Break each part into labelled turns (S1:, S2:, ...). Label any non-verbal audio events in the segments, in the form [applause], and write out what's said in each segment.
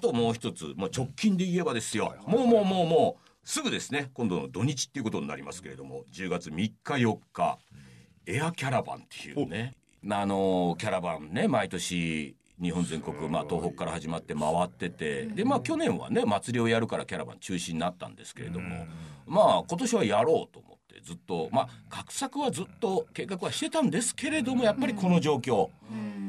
S1: ともう一つ、まあ、直近で言えばですよ、もうもうもうもうすぐですね今度の土日っていうことになりますけれども10月3日4日エアキャラバンっていうね、まあ、あのキャラバンね毎年日本全国、まあ、東北から始まって回っててで、まあ、去年はね祭りをやるからキャラバン中止になったんですけれどもまあ今年はやろうと思ってずっとまあ画策はずっと計画はしてたんですけれどもやっぱりこの状況。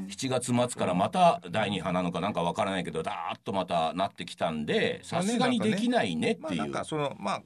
S1: 7月末からまた第2波なのかなんかわからないけどだーっとまたなってきたんでさすがにできないねっ
S2: まあ
S1: てい
S2: な。
S1: うん
S2: かそのまあ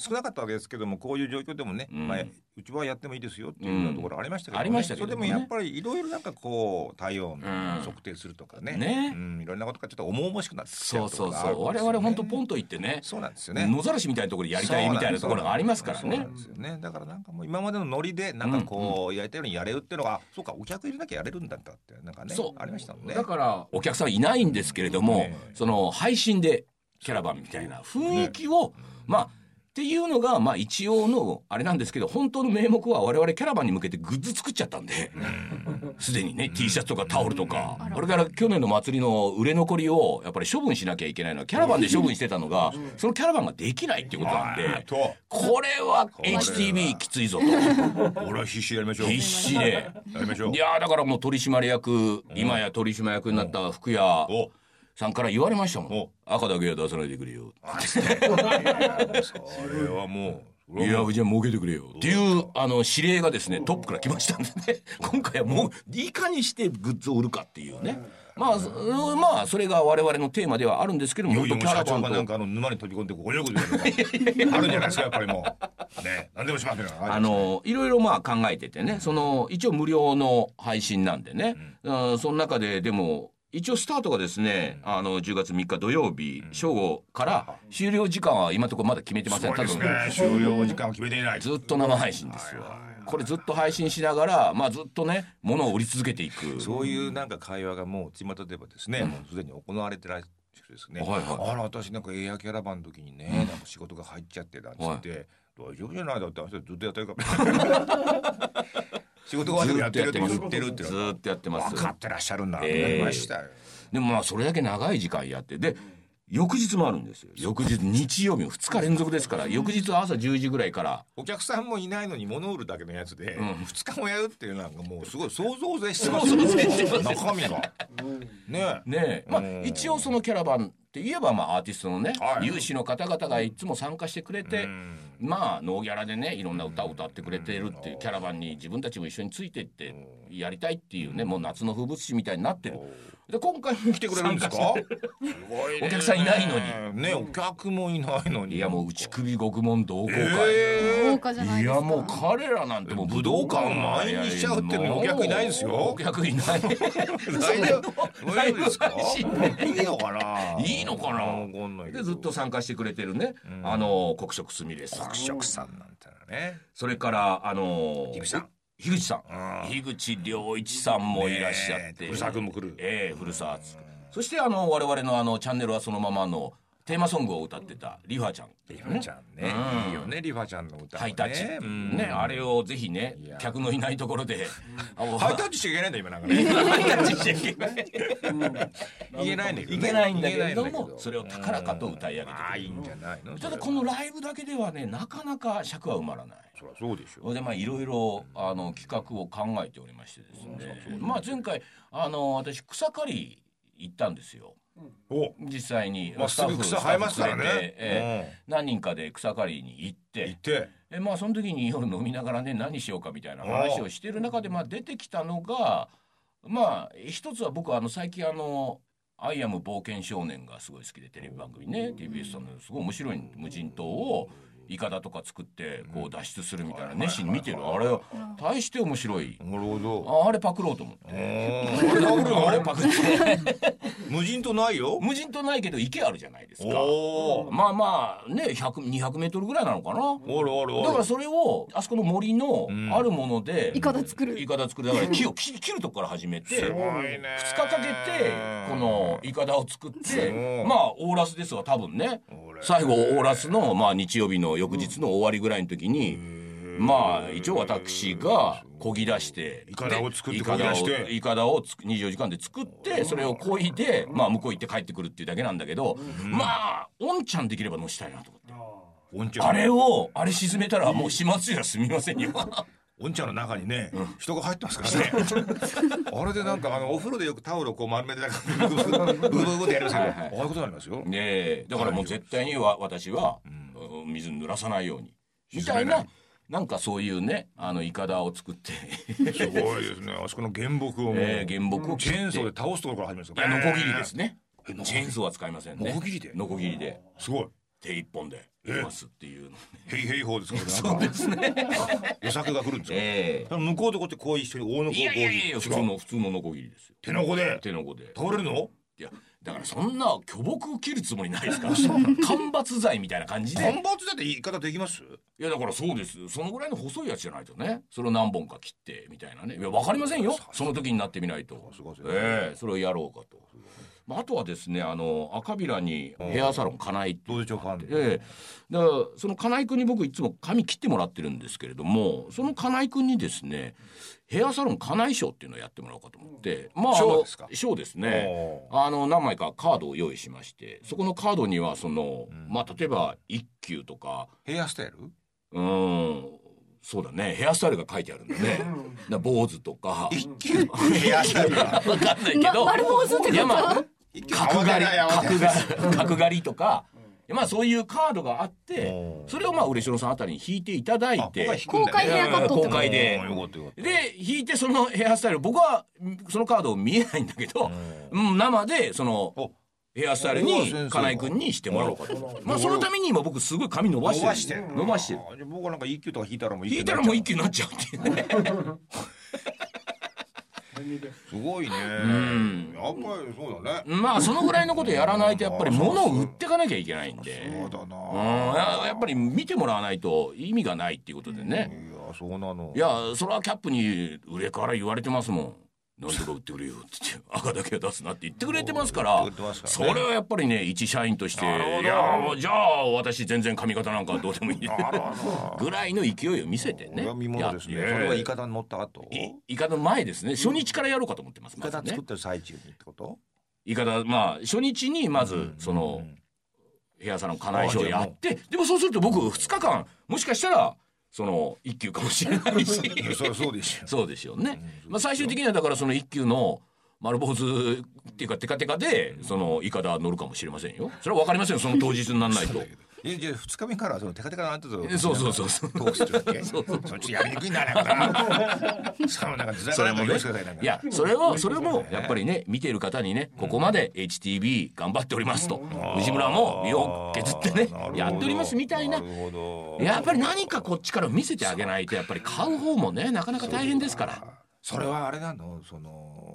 S2: 少なかったわけですけどもこういう状況でもね、
S1: うん
S2: まあうちはやってもいいですよっていうようなところありましたけど、ね
S1: ありましたけ
S2: そ
S1: ど
S2: れ
S1: ね
S2: でもやっぱりいろいろなんかこう体温
S1: ん
S2: 測定するとかね,、
S1: ね
S2: うん、いろんなことがちょっと重々しくなってきちゃ
S1: そう
S2: うとこ
S1: そ
S2: ろ
S1: う
S2: が
S1: そう我々本当ポン
S2: と
S1: と行ってね
S2: そうなんですよね
S1: 野ざらしみたいなところでやりたいみたいなところがありますから
S2: そうな
S1: ね
S2: ん。ですよねだからなんかもう今までのノリでなんかこうやりたいようにやれるっていうのが、あそうかお客入れなきゃやれるんだったってなんかね
S1: そう
S2: ありましたもんね
S1: だからお客さんいないんですけれども、
S2: ね
S1: その配信でキャラバンみたいな雰囲気を、まあっていうのがまあ一応のあれなんですけど本当の名目は我々キャラバンに向けてグッズ作っちゃったんですでにね T シャツとかタオルとかこれから去年の祭りの売れ残りをやっぱり処分しなきゃいけないのはキャラバンで処分してたのがそのキャラバンができないっていうことなんで [laughs]
S2: と
S1: これは
S2: れは
S1: HTB きついぞと
S2: 俺は必死でやりましょう
S1: 必死で。
S2: やりましょう
S1: いやーだからもう取締役、今や取締役になった福谷
S2: お
S1: さんから言われましたもん
S2: お
S1: 赤だけは出さないでくれよ
S2: それはも
S1: い
S2: う
S1: やうちは儲けてくれよっていうあの指令がですねトップから来ましたんでね [laughs] 今回はもういかにしてグッズを売るかっていうねまあそまあそれが我々のテーマではあるんですけども
S2: いよいよ
S1: キャ
S2: 社
S1: ラ
S2: 長
S1: バ
S2: がなん
S1: ンと
S2: かあの沼に飛び込んでごにょごにょ言うのがあるんじゃないですかやっぱりもうね何でもしますよ
S1: あのいろいろまあ考えててねその一応無料の配信なんでね、うん、その中ででも一応スタートがですね、あの10月3日土曜日正午から終了時間は今のところまだ決めてません
S2: そうですね
S1: 多分
S2: 終了時間を決めていない
S1: ずっと生配信ですよこれずっと配信しながら、まあ、ずっとね物を売り続けていく
S2: そういうなんか会話がもう巷ではですね、もうすでに行われてらっしゃるですね、
S1: はいはい
S2: あら私なんかエアキャラバンの時にね、なんか仕事が入っちゃってなんつって、大丈夫じゃないだってあの人ずっとやってるから仕事が終わってもやってるって言ってるって
S1: ずーっとやってます
S2: 分かってらっしゃるんだと思
S1: ええ
S2: いましたよ、
S1: でもまあそれだけ長い時間やってで翌日もあるんですよ翌日日曜日2日連続ですから翌日朝10時ぐらいから
S2: お客さんもいないのに物売るだけのやつで、
S1: ん
S2: 2日もやるっていうなんかもうすごい想像を絶してます
S1: [laughs]
S2: よ中身が。ねえ
S1: ねえまあ
S2: うん
S1: 一応そのキャラバンって言えばまあアーティストのね、
S2: はい
S1: 有志の方々がいつも参加してくれて、まあノーギャラでねいろんな歌を歌ってくれてるっていうキャラバンに自分たちも一緒についてってやりたいっていうねもう夏の風物詩みたいになってるで今回も来
S2: 来て
S1: て
S2: く
S1: く
S2: れ
S1: れる
S2: るん
S1: ん
S2: で
S1: ですす
S2: か
S1: か
S2: すごいね
S1: お客さんいないの
S2: にねえお客もいないのに
S1: いやもう打ち首獄門同好会、
S2: え
S3: 豪華じゃない
S1: い
S3: です
S1: や
S3: か。
S1: もう彼らなんてもう武道館
S2: 武道館満員にしちゃうっていうのにお客いないですよ
S1: お客い
S2: [laughs]
S1: ない
S2: ー大丈夫大丈夫ですか
S1: ライブ配信ね
S2: いいのかない
S1: いのかな
S2: わかんないけ
S1: で
S2: ど
S1: ずっと参加してくれてるね、あの黒色すみれさん
S2: 黒色さんなんてのはね
S1: それからあの
S2: 樋口さん
S1: 樋口さん
S2: うん
S1: 樋口良一さんもいらっしゃって、
S2: ねえ古澤君も来る
S1: ええ古澤敦そしてあの我々のあのチャンネルはそのままのテーマソングを歌ってたリファちゃん
S2: リファちゃんね
S1: うん
S2: いいよねリファちゃんの歌も
S1: ハイタッチっていうね
S2: うん
S1: あれをぜひね
S2: いや
S1: 客のいないところで
S2: ハイタ
S1: ッ
S2: ッチしちゃいけないんだ今なんかね
S1: チハイタッチしちゃいけない
S2: いけないんだけど
S1: い
S2: ね
S1: けないんだけれども
S2: いけないんだ
S1: それを高らかと歌い上げてくれる
S2: うんああいいんじゃないの
S1: ただこのライブだけではねなかなか尺は埋まらない
S2: そりゃそうでしょ
S1: それでまあいろいろあの企画を考えておりましてですね、まあ、前回あの私草刈り行ったんですよ
S2: お
S1: 実際に、
S2: まあ
S1: スタッフ
S2: すぐ草生えますからね
S1: スタッフ連れてえ
S2: うん
S1: え何人かで草刈りに行って
S2: 行って
S1: えまあその時に夜飲みながらね何しようかみたいな話をしてる中でまあ出てきたのがまあ一つは僕あの最近あの「アイアム冒険少年」がすごい好きでテレビ番組ね TBS さんのすごい面白い無人島をイカダとか作ってこう脱出するみたいな熱心に見てるあれ大して面白い
S2: なるほど
S1: ああれパクろうと思って。
S2: うんこれ治るの
S1: あれパクって
S2: [laughs] 無人島ないよ
S1: 無人島ないけど池あるじゃないですか
S2: おー
S1: まあまあね100200メートルぐらいなのかな
S2: おるおるおる
S1: だからそれをあそこの森の
S2: ん
S1: あるもので、
S3: イカダ作る
S1: イカダ作るだから木を切切るとこから始めて
S2: す
S1: 2
S2: ご
S1: 日
S2: いね
S1: かけてこのイカダを作って
S2: うん
S1: まあオーラスですわ多分ね
S2: 俺
S1: 最後オーラスの、まあ、日曜日の翌日の終わりぐらいの時にまあ一応私がこぎ出して
S2: イカダを作って
S1: イカ
S2: こ
S1: ダを
S2: ぎ出して
S1: イカダをつく24時間で作ってそれをこいでまあ向こう行って帰ってくるっていうだけなんだけどまあオンちゃんできればのしたいなと思って
S2: おんちゃん
S1: あれをあれ沈めたらもう始末やすみませんよ [laughs]
S2: おんちゃんの中にね、人が入ってますからねあれでなんかあのお風呂でよくタオルをこう丸めてなんか
S1: [laughs]
S2: ブブブブブブブってやりますけ
S1: は
S2: ど
S1: い
S2: あ
S1: はい
S2: あいうことになりますよ、
S1: ねえだからもう絶対にわ私はうん水に濡らさないようにみたい
S2: 沈めな
S1: ないなんかそういうねあのイカダを作って、
S2: すごいですねあそこの原木をもう、
S1: えー、原木を
S2: チ
S1: 切
S2: ェーン
S1: って
S2: ソーで倒すところから始め
S1: いや
S2: るんですか
S1: ノコギリですね。チ
S2: えノコギリ
S1: ェーンソーは使いませんね。
S2: ノコギリで
S1: ノコギリで
S2: すごい
S1: 手一本で
S2: え
S1: 壊すっていうの。
S2: ヘイヘイ法ですか
S1: [laughs]
S2: ら
S1: そう
S2: なん
S1: で
S2: か
S1: すね。
S2: 予策が来るんですよ、
S1: え
S2: だから向こうでこうやってこう一緒に大の
S1: え。
S2: 子を
S1: いやいやいや普通
S2: 違う
S1: の普通のノコギリですよ。
S2: 手の子で
S1: 手の子で。
S2: 倒れるの
S1: いやだからそんな巨木を切るつもりないですから。間伐材みたいな感じ
S2: 間
S1: で。
S2: 伐だって言い方できます
S1: いやだからそうです。そのぐらいの細いやつじゃないとね。それを何本か切ってみたいなね。いやわかりませんよ。その時になってみないと。
S2: すごいですね
S1: ええそれをやろうかと。まああとはですねあの赤ビラにヘアサロンかない
S2: どうでしょうか
S1: ええ、だからその金井君に僕いつも髪切ってもらってるんですけれどもその金井君にですねヘアサロン金井賞っていうのをやってもらおうかと思って、まああの
S2: ショーですか
S1: ショーですねあの何枚かカードを用意しましてそこのカードにはその、まあ例えば一級とか
S2: ヘアスタイル
S1: うんそうだねヘアスタイルが書いてあるんだねな坊主とか
S2: 一級ヘアスタイルが
S1: 分かんないけ
S3: ま
S1: ど、
S3: 丸坊主ってこと
S1: いやまあ
S2: 一級
S1: 角刈り角
S2: 慌てない慌てない
S1: 刈り角刈りとか、まあそういうカードがあって
S2: うん
S1: それをまあ嬉野さんあたりに引いていただい
S2: あ
S1: て
S2: 僕は引くんだ
S3: 公開ヘアカットってこと
S1: 公開で
S2: うんよかったよかった
S1: で引いてそのヘアスタイル僕はんそのカードを見えないんだけど、うん、生でその
S2: お
S1: ヘアスタイル
S2: お
S1: に
S2: 先生
S1: 金井君にしてもらおうかと思ってまあそのために今僕すごい髪伸ばしてる
S2: 伸ばしてる
S1: 伸ばしてる
S2: あじゃあ僕はなんか一級とか引いたらもう
S1: 引いたらもう一
S2: 級
S1: 気になっちゃうっていうね [laughs]
S2: すごいねやっぱ
S1: ん
S2: りそうだね
S1: まあそのぐらいのことやらないとやっぱり物を売ってかなきゃいけないんで
S2: そうだ
S1: うん
S2: な
S1: ややっぱり見てもらわないと意味がないっていうことでね、
S2: いやそうなの
S1: いやそれはキャップに上から言われてますもん。何とか売ってくれよって言って赤だけは出すなって言ってくれてますから
S2: 言ってますから
S1: そ
S2: ね
S1: れはやっぱりね一社員として「い
S2: なるほど
S1: やじゃあ私全然髪型なんかどうでもいい」
S2: あらあら
S1: ぐらいの勢いを見せて
S2: これ
S1: ね
S2: は見ものですね
S1: い
S2: そ
S1: や
S2: れは
S1: え
S2: イカダに乗った後
S1: えい
S2: イ
S1: イカの前ですね初日からやろうかと思ってます
S2: カ
S1: まず
S2: ダ
S1: ね
S2: 作ってる最中にってこと
S1: イカだまあ初日にまずそのヘアサロン家内賞やってでもそうすると僕2日間もしかしたらその一級かもしれない
S2: [laughs]
S1: し
S2: いやそりゃそうでしょ
S1: そうですよね。
S2: うん
S1: まあ、最終的にはだからその一級の丸坊主っていうかテカテカでそのイカダ乗るかもしれませんよ。それはわかりませんよ。その当日にならないと。
S2: えじゃあ二日目からはそのテカテカの後と
S1: えそうそうそうそう。
S2: どうするっけそれちょっとやりにくいななんかなそのなんかずら
S1: それ
S2: っと
S1: も
S2: 言
S1: ね
S2: わせてくださいなんか
S1: いやそれをそれもやっぱりね見ている方にねここまで HTB 頑張っておりますと藤村も身を削ってね
S2: あーなるほど
S1: やっておりますみたいな
S2: るほど
S1: やっぱり何かこっちから見せてあげないとやっぱり買う方もねなかなか大変ですから。
S2: それはあれなのその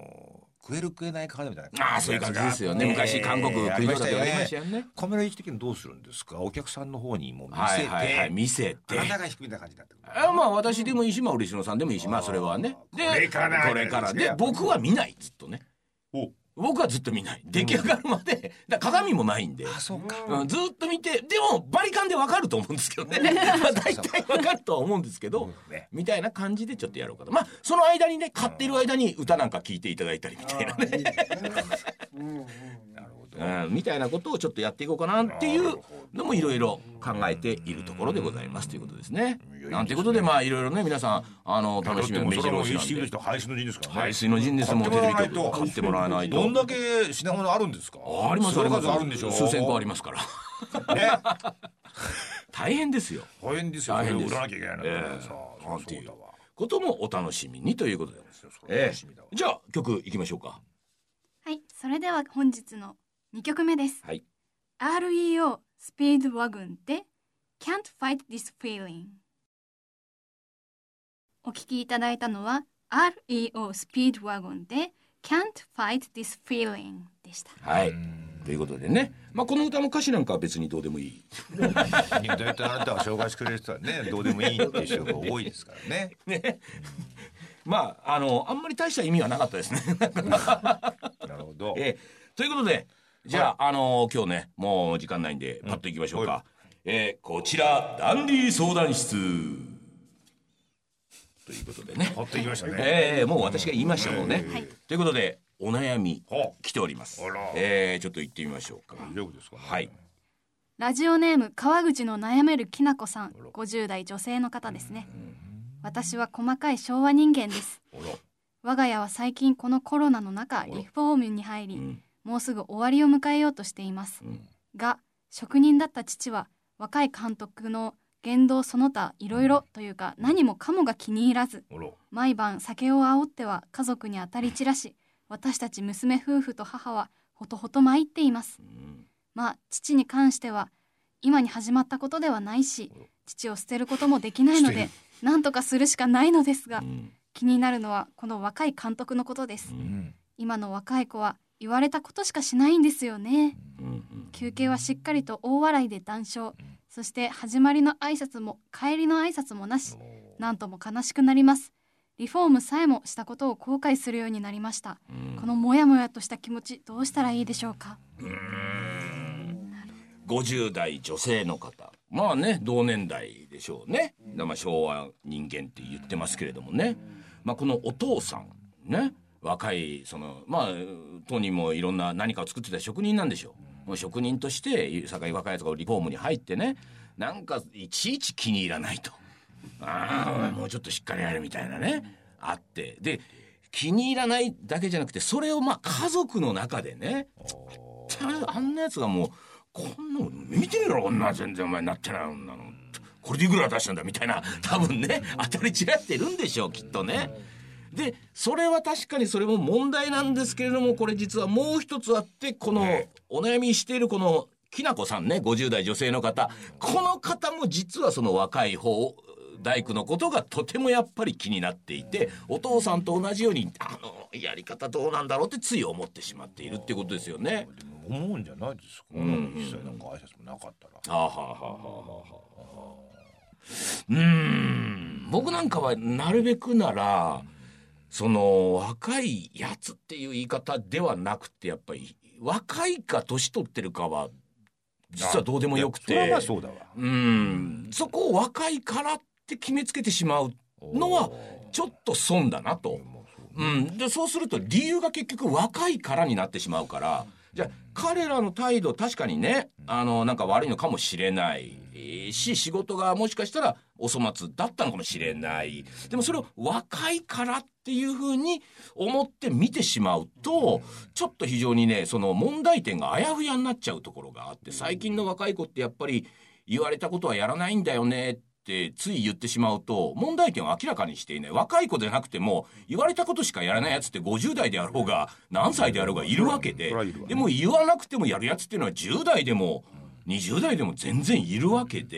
S2: 食える食えないかかるみたいな
S1: ああそういう感じですよね。昔韓国
S2: えー
S1: 国の時あり
S2: あり
S1: ま
S2: ま
S1: し
S2: したた
S1: よ
S2: よ
S1: ね。
S2: カメラ位置的にどうするんですかお客さんの方にもう見せ
S1: はい
S2: て、
S1: はいはい見せて。
S2: あなたが低いな感じだってこと
S1: あまあ私でもいいしまあ嬉野さんでもいいしまあそれはねで
S2: これから
S1: これからで僕は見ないずっとね
S2: お
S1: 僕はずっと見ない出来上がるまでだから鏡もないんで、
S2: あそうか
S1: うん、ずっと見てでもバリカンでわかると思うんですけどね [laughs] まあ大体わかるとは思うんですけど
S2: ね
S1: みたいな感じでちょっとやろうかとまあその間にね買ってる間に歌なんか聴いていただいたりみたいなね、
S2: なるほど
S1: うん、みたいなことをちょっとやっていこうかなっていうのもいろいろ考えているところでございますということですね。なんてことでまあいろいろね皆さんあの楽しみ
S2: で
S1: は
S2: も
S1: 目
S2: そ
S1: 白
S2: れはもう
S1: 押し
S2: 一
S1: なん
S2: 流の
S1: で
S2: 人排水の陣ですからね
S1: 排水の陣ですもうテ
S2: 買っても
S1: レ
S2: らわない
S1: ビ局買っ
S2: と
S1: てもらわないと。
S2: どんだけ品物あるんですか
S1: ありますあ
S2: 数
S1: ります
S2: 々あるんでしょ
S1: 数千個あり
S2: ま
S1: ますから
S2: すね
S1: 大変ですよ。
S2: 大変ですよ
S1: 大変です
S2: それを売らなきゃいけないなんだからさ
S1: ええ
S2: そりゃ
S1: なんていう
S2: そうだわ
S1: こともお楽しみにということでございます。
S2: それは
S1: え
S2: 楽しみだわ
S1: え、じゃあ曲いきましょうか。
S4: はい、それでは本日の2曲目です。
S1: はい
S4: REO スピードワゴンで Can't Fight This Feeling お聞きいただいたのは REO スピードワゴンで Can't Fight This Feeling でした。
S1: はい。ということでね、まあこの歌の歌詞なんかは別にどうでもいい。
S2: いや大体あなたが紹介してくれる人はねどうでもいいっていう人が多いですからね
S1: まああのあんまり大した意味はなかったですね。
S2: なるほど
S1: えーということでじゃあ、あのー今日ねもう時間ないんでパッといきましょうか、
S2: は
S1: えーこちらダンディ相談室ということでね。
S2: ほっといきましたね。
S1: ええもう私が言いましたもんね。
S4: はい
S1: ということでお悩み
S2: ほ
S1: 来ております
S2: あら。
S1: ええちょっと行ってみましょうか。
S2: 大丈夫ですか、ね。
S1: はい。
S4: ラジオネーム川口の悩めるきなこさん
S2: あら
S4: 50代女性の方ですね私は細かい昭和人間です
S2: あら。
S4: 我が家は最近このコロナの中
S1: ら
S4: リフォームに入
S1: う
S4: り
S1: ん
S4: もうすぐ終わりを迎えようとしています
S1: うん
S4: が職人だった父は若い監督の言動その他いろいろというか何もかもが気に入らず
S2: あら。
S4: 毎晩酒を煽っては家族に当たり散らし私たち娘夫婦と母はほとほと参っています
S1: うん
S4: まあ父に関しては今に始まったことではないし父を捨てることもできないの
S2: 捨て
S4: で何とかするしかないのですが
S1: うん
S4: 気になるのはこの若い監督のことです
S2: うん。
S4: 今の若い子は言われたことしかしないんですよね
S1: うんうん
S4: 休憩はしっかりと大笑いで談笑そして始まりの挨拶も帰りの挨拶もなしなんとも悲しくなりますリフォームさえもしたことを後悔するようになりました
S1: うん
S4: このモヤモヤとした気持ちどうしたらいいでしょうか
S1: 50代女性の方まあね同年代でしょうねまあ昭和人間って言ってますけれどもね、まあ、このお父さんね若いそのまあ当人もいろんな何かを作ってた職人なんでしょうもう職人として酒井若いやつがリフォームに入ってねなんかいちいち気に入らないと。ああもうちょっとしっかりやるみたいなねあってで気に入らないだけじゃなくてそれをまあ家族の中でねあんなやつがもうこんなの見てみろ女全然お前なってない女のこれでいくら出したんだみたいな多分ね当たり散らしてるんでしょうきっとね。でそれは確かにそれも問題なんですけれどもこれ実はもう一つあってこのお悩みしているこのきなこさんね50代女性の方この方も実はその若い方大工のことがとてもやっぱり気になっていてお父さんと同じようにあのやり方どうなんだろうってつい思ってしまっているってことですよね。
S2: でも思うんじゃないですか。
S1: ん
S2: 実際なんか挨拶もなかったら。
S1: はあはあはあはあはあうーん僕なんかはなるべくならその若いやつっていう言い方ではなくてやっぱり若いか年取ってるかは実はどうでもよくて
S2: いやそれはそうだわ。
S1: うんそこを若いからって決めつけてしまうのはちょっと損だなと。うん、でそうすると理由が結局若いからになってしまうからじゃあ彼らの態度確かにねあのなんか悪いのかもしれないえーし仕事がもしかしたらお粗末だったのかもしれないでもそれを若いからっていうふうに思って見てしまうとちょっと非常にねその問題点があやふやになっちゃうところがあって最近の若い子ってやっぱり言われたことはやらないんだよねってつい言ってしまうと問題点を明らかにしていない若い子でなくても言われたことしかやらないやつって50代であろうが何歳であろうがいるわけで
S2: そりゃいるわね
S1: でも言わなくてもやるやつっていうのは10代でも20代でも全然いるわけで
S2: そう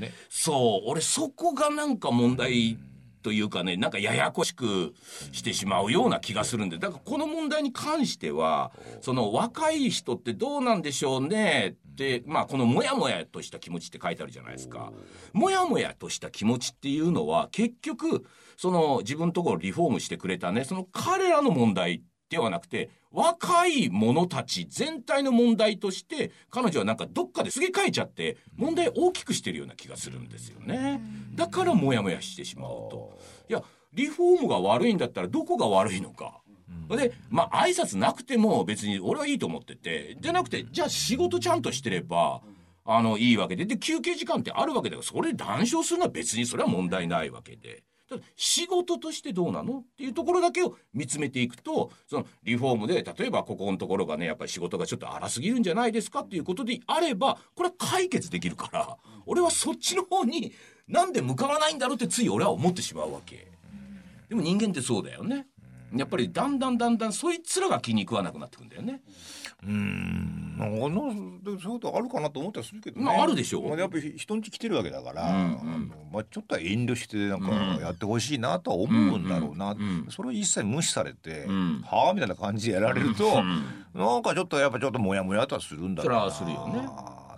S2: だね。
S1: そう俺そこがなんか問題というかねなんかややこしくしてしまうような気がするんでだからこの問題に関してはその若い人ってどうなんでしょうねってまあこのモヤモヤとした気持ちって書いてあるじゃないですか。モヤモヤとした気持ちっていうのは結局その自分のところをリフォームしてくれたねその彼らの問題ではなくて若い者たち全体の問題として彼女はなんかどっかですげ替えちゃって問題を大きくしてるような気がするんですよねだからモヤモヤしてしまうといやリフォームが悪いんだったらどこが悪いのかでまあ挨拶なくても別に俺はいいと思っててじゃなくてじゃあ仕事ちゃんとしてればあのいいわけでで休憩時間ってあるわけだからそれ談笑するのは別にそれは問題ないわけで。ただ仕事としてどうなのっていうところだけを見つめていくとそのリフォームで例えばここのところがねやっぱり仕事がちょっと荒すぎるんじゃないですかっていうことであればこれは解決できるから俺はそっちの方になんで向かわないんだろうってつい俺は思ってしまうわけでも人間ってそうだよねやっぱりだんだんだんだんそいつらが気に食わなくなってくんだよね
S2: うん。なんかなんでそういうことあるかなと思ったりするけどね。
S1: まああるでしょ
S2: まあやっぱり人ん家来てるわけだか
S1: う
S2: ら、
S1: んうん
S2: あのまあちょっとは遠慮してなんかやってほしいなとは思うんだろうな。
S1: うんうんうん
S2: それを一切無視されて、
S1: うん
S2: はあみたいな感じでやられると、
S1: ん
S2: なんかちょっとやっぱちょっとモヤモヤとはするんだろうな。
S1: それはするよね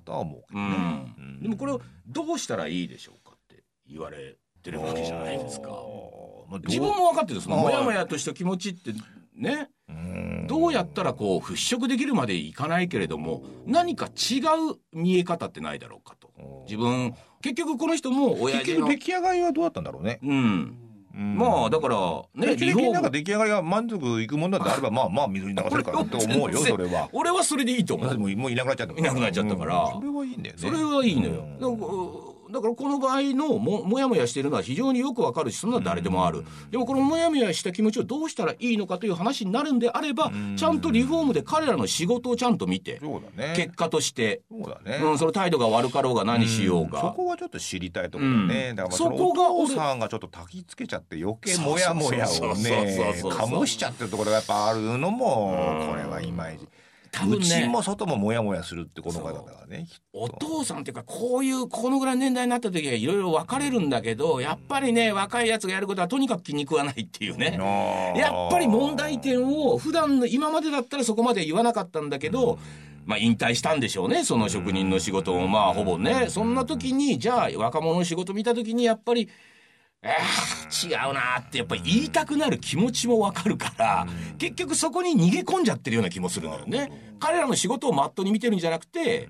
S2: とは思うけ
S1: う
S2: どね。
S1: ん
S2: うん
S1: でもこれをどうしたらいいでしょうかって言われてるわけじゃないですか
S2: あーまあどう
S1: 自分も分かってるその
S2: まあ
S1: モヤモヤとした気持ちってね
S2: うん
S1: どうやったらこう払拭できるまでいかないけれども何か違う見え方ってないだろうかと自分結局この人も親
S2: 結
S1: 父
S2: 局
S1: の
S2: 出来上がりはどうだったんだろうね。
S1: うん
S2: うんうん
S1: まあだからね
S2: ね、
S1: リ
S2: リ
S1: フ
S2: フ
S1: ォ
S2: なん
S1: ーム
S2: か出来上がりが満足いくもんなんであれば、まあまあ水に流せるかなって思うよ、それは。
S1: 俺はそれでいいと思
S2: だって
S1: う
S2: もうもういなくなっちゃった
S1: いなくなっちゃったから
S2: うんそれはいいんだよね。
S1: それはいいのよだからうだ
S2: うん
S1: からこの場合のももやもやしてるのは非常によくわかるしそんなの誰でもあるでもこのもやもやした気持ちをどうしたらいいのかという話になるんであれば
S2: うん
S1: ちゃんとリフォームで彼らの仕事をちゃんと見て
S2: そうだね。
S1: 結果として、
S2: そうだね。
S1: うん、その態度が悪かろうが何しよう
S2: そ
S1: が。
S2: こはちょっと知りたいところだね、
S1: うん
S2: だからその
S1: そこが
S2: お父さんがちょっと焚きつけちゃって余計モヤモヤ
S1: そう
S2: を
S1: そうそうそうそう
S2: ね
S1: そうそう
S2: 醸しちゃってるところがやっぱあるのも
S1: うん
S2: これはいまいち、
S1: 多
S2: う
S1: 分
S2: ち
S1: ね
S2: も外もモヤモヤするってこの方だからねきっと
S1: お父さんっていうかこういうこのぐらいの年代になった時はいろいろ分かれるんだけどやっぱりね若いやつがやることはとにかく気に食わないっていうね。
S2: あー
S1: やっぱり問題点を普段の今までだったらそこまで言わなかったんだけど、まあ引退したんでしょうねその職人の仕事をまあほぼねそんな時にじゃあ若者の仕事見た時にやっぱり「あー違うな」ってやっぱり言いたくなる気持ちもわかるから結局そこに逃げ込んじゃってるような気もするのよね。彼らの仕事をまっとうに見てるんじゃなくて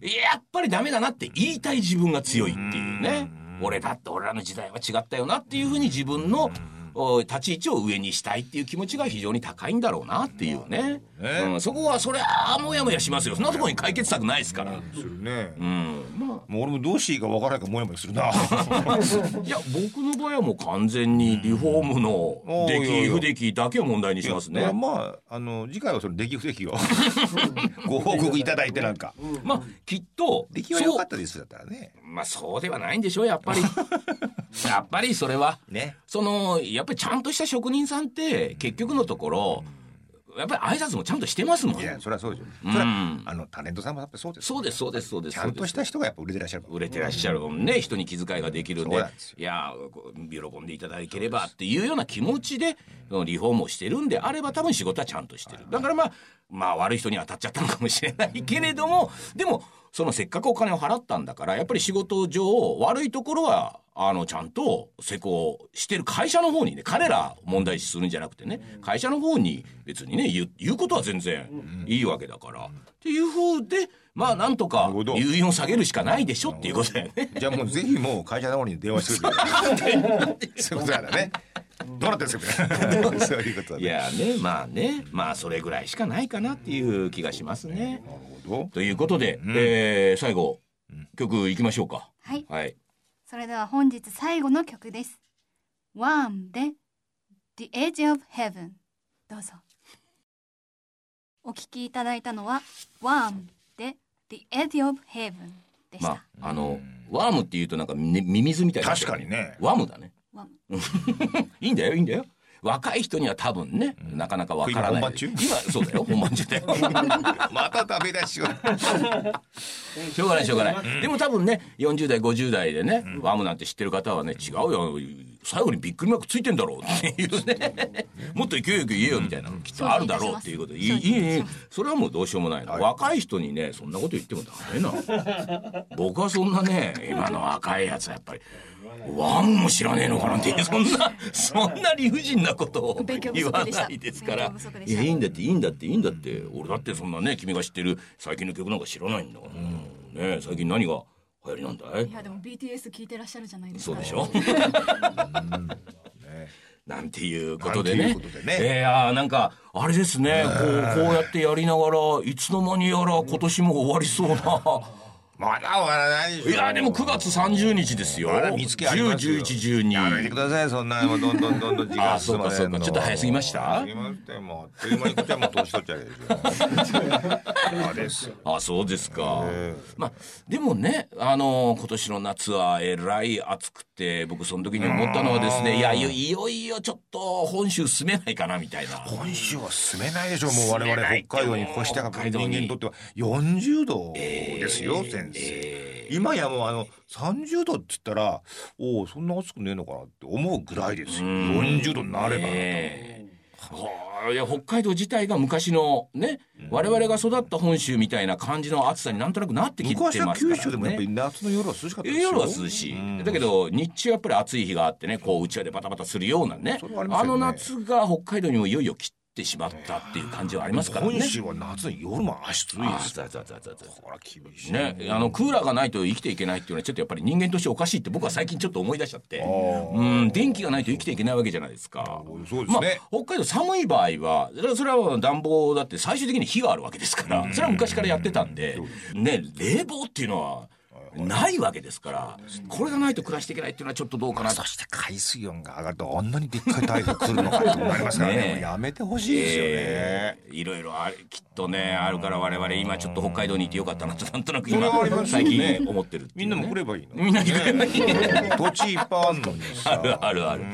S1: やっぱりダメだなって言いたい自分が強いっていうね俺だって俺らの時代は違ったよなっていうふうに自分のお立ち位置を上にしたいっていう気持ちが非常に高いんだろうなっていうね、
S2: ね
S1: うん、そこはそれはもやもやしますよそんなところに解決策ないですから、
S2: するね、
S1: うん、ま
S2: もう俺もどうしていいか分からないからモヤモヤするな
S1: あいや僕の場合はもう完全にリフォームの出
S2: おいおい
S1: 来
S2: おい
S1: 不出来だけを問題にします
S2: い
S1: ね
S2: やまああの次回はその出来不出来をご報告いただいてなんか
S1: まあきっと
S2: 出来は良かったですだったらね
S1: そうまあそうではないんでしょうやっぱり
S2: [laughs]
S1: やっぱりそれは
S2: ね
S1: そのやっぱりちゃんとした職人さんって結局のところやっぱり挨拶もちゃんとしてますもん
S2: いやそれはそうでしょ
S1: う
S2: それは
S1: ん
S2: あのタレントさんもやっぱそうですよ
S1: そうですそうですそうです
S2: ちゃんとした人がやっぱ売れてらっしゃるから
S1: 売れてらっしゃるもんね人に気遣いができるんで
S2: そうなんですよ
S1: いやこう喜んでいただければっていうような気持ちでうんリフォームをしてるんであれば多分仕事はちゃんとしてるだからまあまあ悪い人に当たっちゃったのかもしれないけれどもでもそのせっかくお金を払ったんだからやっぱり仕事上悪いところはあのちゃんと施工してる会社の方にね彼ら問題視するんじゃなくてね会社の方に別にね言う言うことは全然いいわけだからっていう風でまあなんと
S2: な
S1: か
S2: るほど
S1: 誘引を下げるしかないでしょっていうことだよね。
S2: じゃあもうぜひもう会社の方に電話してくれ
S1: [laughs]
S2: てそういうことだねどうなってるんですかみたいなそういうことだ
S1: い
S2: ねなる
S1: やねまあねまあそれぐらいしかないかなっていう気がしますね。
S2: ほ
S1: ということで、えー最後
S2: うん
S1: 曲いきましょうか。
S4: はい
S1: はい。
S4: それでは本日最後の曲です Warm で The Edge of Heaven どうぞお聴きいただいたのは Warm で The Edge of Heaven でした、
S1: まああのワームっていうとなんか、ね、ミミズみたい
S2: ど
S1: な。
S2: 確かに。ね
S1: ワームだね。
S4: ワーム
S1: いいんだよいいんだよ。若い人には多分ね、なかなかわからない。
S2: 今本番中
S1: 今そうだよ本番中だよ。 [laughs]
S2: また食べ出しを
S1: しょうがないしょうがない、でも多分ね40代50代でね、ワームなんて知ってる方はね違うよ最後にびっくりマークついてんだろうっていうねもっと勢いよく言えよみたいなのきっとあるだろうっていうこといい
S4: 承
S1: い
S4: 知いたします
S1: いいいそれはもうどうしようもないの、
S2: はい
S1: 若い人にねそんなこと言ってもダメな僕はそんなね今の若いやつはやっぱりワームも知らねえのかなっていうそんなそんな理不尽なことを
S4: 勉強不
S1: 言わ
S4: 足でした
S1: ないですから
S4: 勉強不足で
S1: い
S4: した
S1: やいいんだっていいんだっていいんだって俺だってそんなね君が知ってる最近の曲なんか知らないんだから、ねえ最近何が流行りなんだい
S4: いやでも BTS 聞いてらっしゃるじゃないです
S1: そう
S4: か
S1: でしょ [laughs] なんていうことで
S2: な
S1: ね
S2: んていうことでね
S1: えーあーなんかあれですねこうこうやってやりながらいつの間にやら今年も終わりそうな。
S2: まだ終わらないでしょ
S1: いやーでも9月30日ですよ。
S2: まだ見つけありますよやめてく
S1: 101112。
S2: ださいそんなもうどんどんどんどん時
S1: あ
S2: 間
S1: そ
S2: 進
S1: う
S2: ま
S1: か
S2: せ
S1: そうんか
S2: の
S1: ちょっと早すぎました
S2: すぎましたよもうあっという間にこっちはもう年取っちゃうでしょそうですよ
S1: あそうですか。まあでもねあのー今年の夏はえらい暑くて僕その時に思ったのはですねいやいよいよいよちょっと本州住めないかなみたいな。
S2: 本州は住めないでしょもう我々北海道に越した
S1: 北
S2: 北
S1: 海
S2: 海
S1: 道
S2: 道
S1: に
S2: 人間にとっては40度ですよ、先生、今やもうあの30度って言ったらおおそんな暑くねえのかなって思うぐらいですよ40度になれば、
S1: ええはあいや北海道自体が昔のね我々が育った本州みたいな感じの暑さになんとなくなってきてますか
S2: 昔
S1: ら、ね、
S2: は九州でもやっぱり夏の夜は涼しかったですよ
S1: 夜は涼しい、
S2: うん
S1: だけど日中やっぱり暑い日があってねこううちわでバタバタするようなね
S2: それはあります
S1: あ
S2: よね
S1: の夏が北海道にもいよいよ来ってしまったっていう感じはありますからね。
S2: 本州は夏に夜も足つい
S1: あ
S2: で
S1: あ
S2: す
S1: ざざざざざ
S2: これは厳しい
S1: ね、あのクーラーがないと生きていけないっていうのはちょっとやっぱり人間としておかしいって僕は最近ちょっと思い出しちゃって
S2: ー
S1: うん電気がないと生きていけないわけじゃないですか。
S2: そうで
S1: ますあ
S2: ね、、
S1: 北海道寒い場合はそれはそれは暖房だって最終的に火があるわけですからそれは昔からやってたんで、ね、冷房っていうのはないわけですからこれがないと暮らしていけないっていうのはちょっとどうかなと
S2: そして海水温が上がるとあんなにでっかい台風来るのかと思いますからね
S1: ねえ
S2: もうやめてほしいですよね、
S1: えーいろいろあるきっとねあるから我々今ちょっと北海道にいてよかったなと [laughs] なんとなく
S2: それはあり
S1: 今
S2: ますよ
S1: 最
S2: ね
S1: 近思ってるってい
S2: み
S1: うんね
S2: なも来ればいいの、
S1: みんな来ればいい
S2: 土地いっぱいあるのにさ
S1: あるあるある。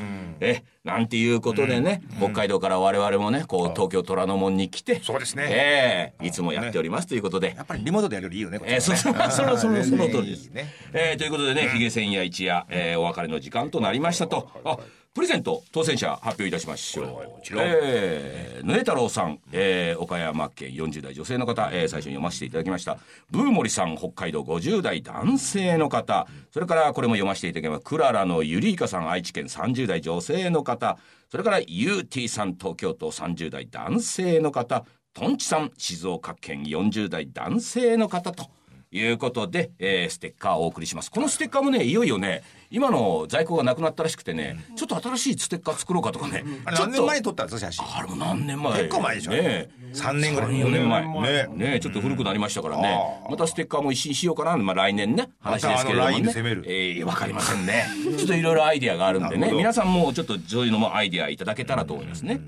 S1: え、なんていうことでね、北海道から我々もね、こう東京虎ノ門に来て、
S2: そうですね、
S1: ええいつもやっておりますということで
S2: や。っぱりリモートでやるよりいいよねこっち
S1: えー、そそ
S2: はね
S1: そのそのその通りで
S2: い
S1: す
S2: い。ね
S1: えーということでね、ひげ千夜一夜、えーお別れの時間となりましたと、あプレゼント当選者発表いたしましょう。
S2: ちろん
S1: えー、ぬえ太郎さん、えー岡山県40代女性の方、えー最初に読ませていただきました。ブーモリさん、北海道50代男性の方、それからこれも読ませていただきます。クララのゆりいかさん、愛知県30代女性の方、それからゆうてぃさん、東京都30代男性の方、とんちさん、静岡県40代男性の方と。いうことで、えーステッカーをお送りします。このステッカーもね、いよいよね、今の在庫がなくなったらしくてね、ちょっと新しいステッカー作ろうかとかね。
S2: あれ
S1: ちょっ
S2: 何
S1: と
S2: 年前に撮ったんですか写真
S1: あれも何年前
S2: 結構前でしょ、
S1: ね
S2: 3年ぐらい
S1: 3、4年前。
S2: ね
S1: ねねちょっと古くなりましたからね
S2: う。ん
S1: またステッカーも一新しようかな。まあ来年ね、話ですけれど
S2: またあのラ
S1: も
S2: インで
S1: ね。
S2: 攻める
S1: ええわかりませんね。 [laughs] ちょっといろいろアイディアがあるんで
S2: なる
S1: ね。
S2: ほど
S1: 皆さんもちょっとそういうのもアイディアいただけたらと思いますね。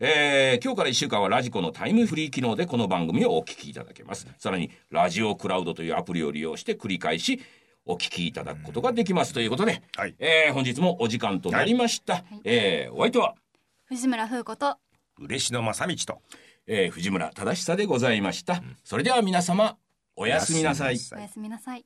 S1: えー今日から1週間はラジコのタイムフリー機能でこの番組をお聞きいただけます。さらに、ラジオクラウドというアプリを利用して繰り返し、お聞きいただくことができますということで、
S2: はい
S1: えー本日もお時間となりました。えーお相手は、
S4: 藤村風子と
S2: 嬉野正道と
S1: えー藤村忠久でございました。それでは皆様、おやすみなさい。
S4: おやすみなさい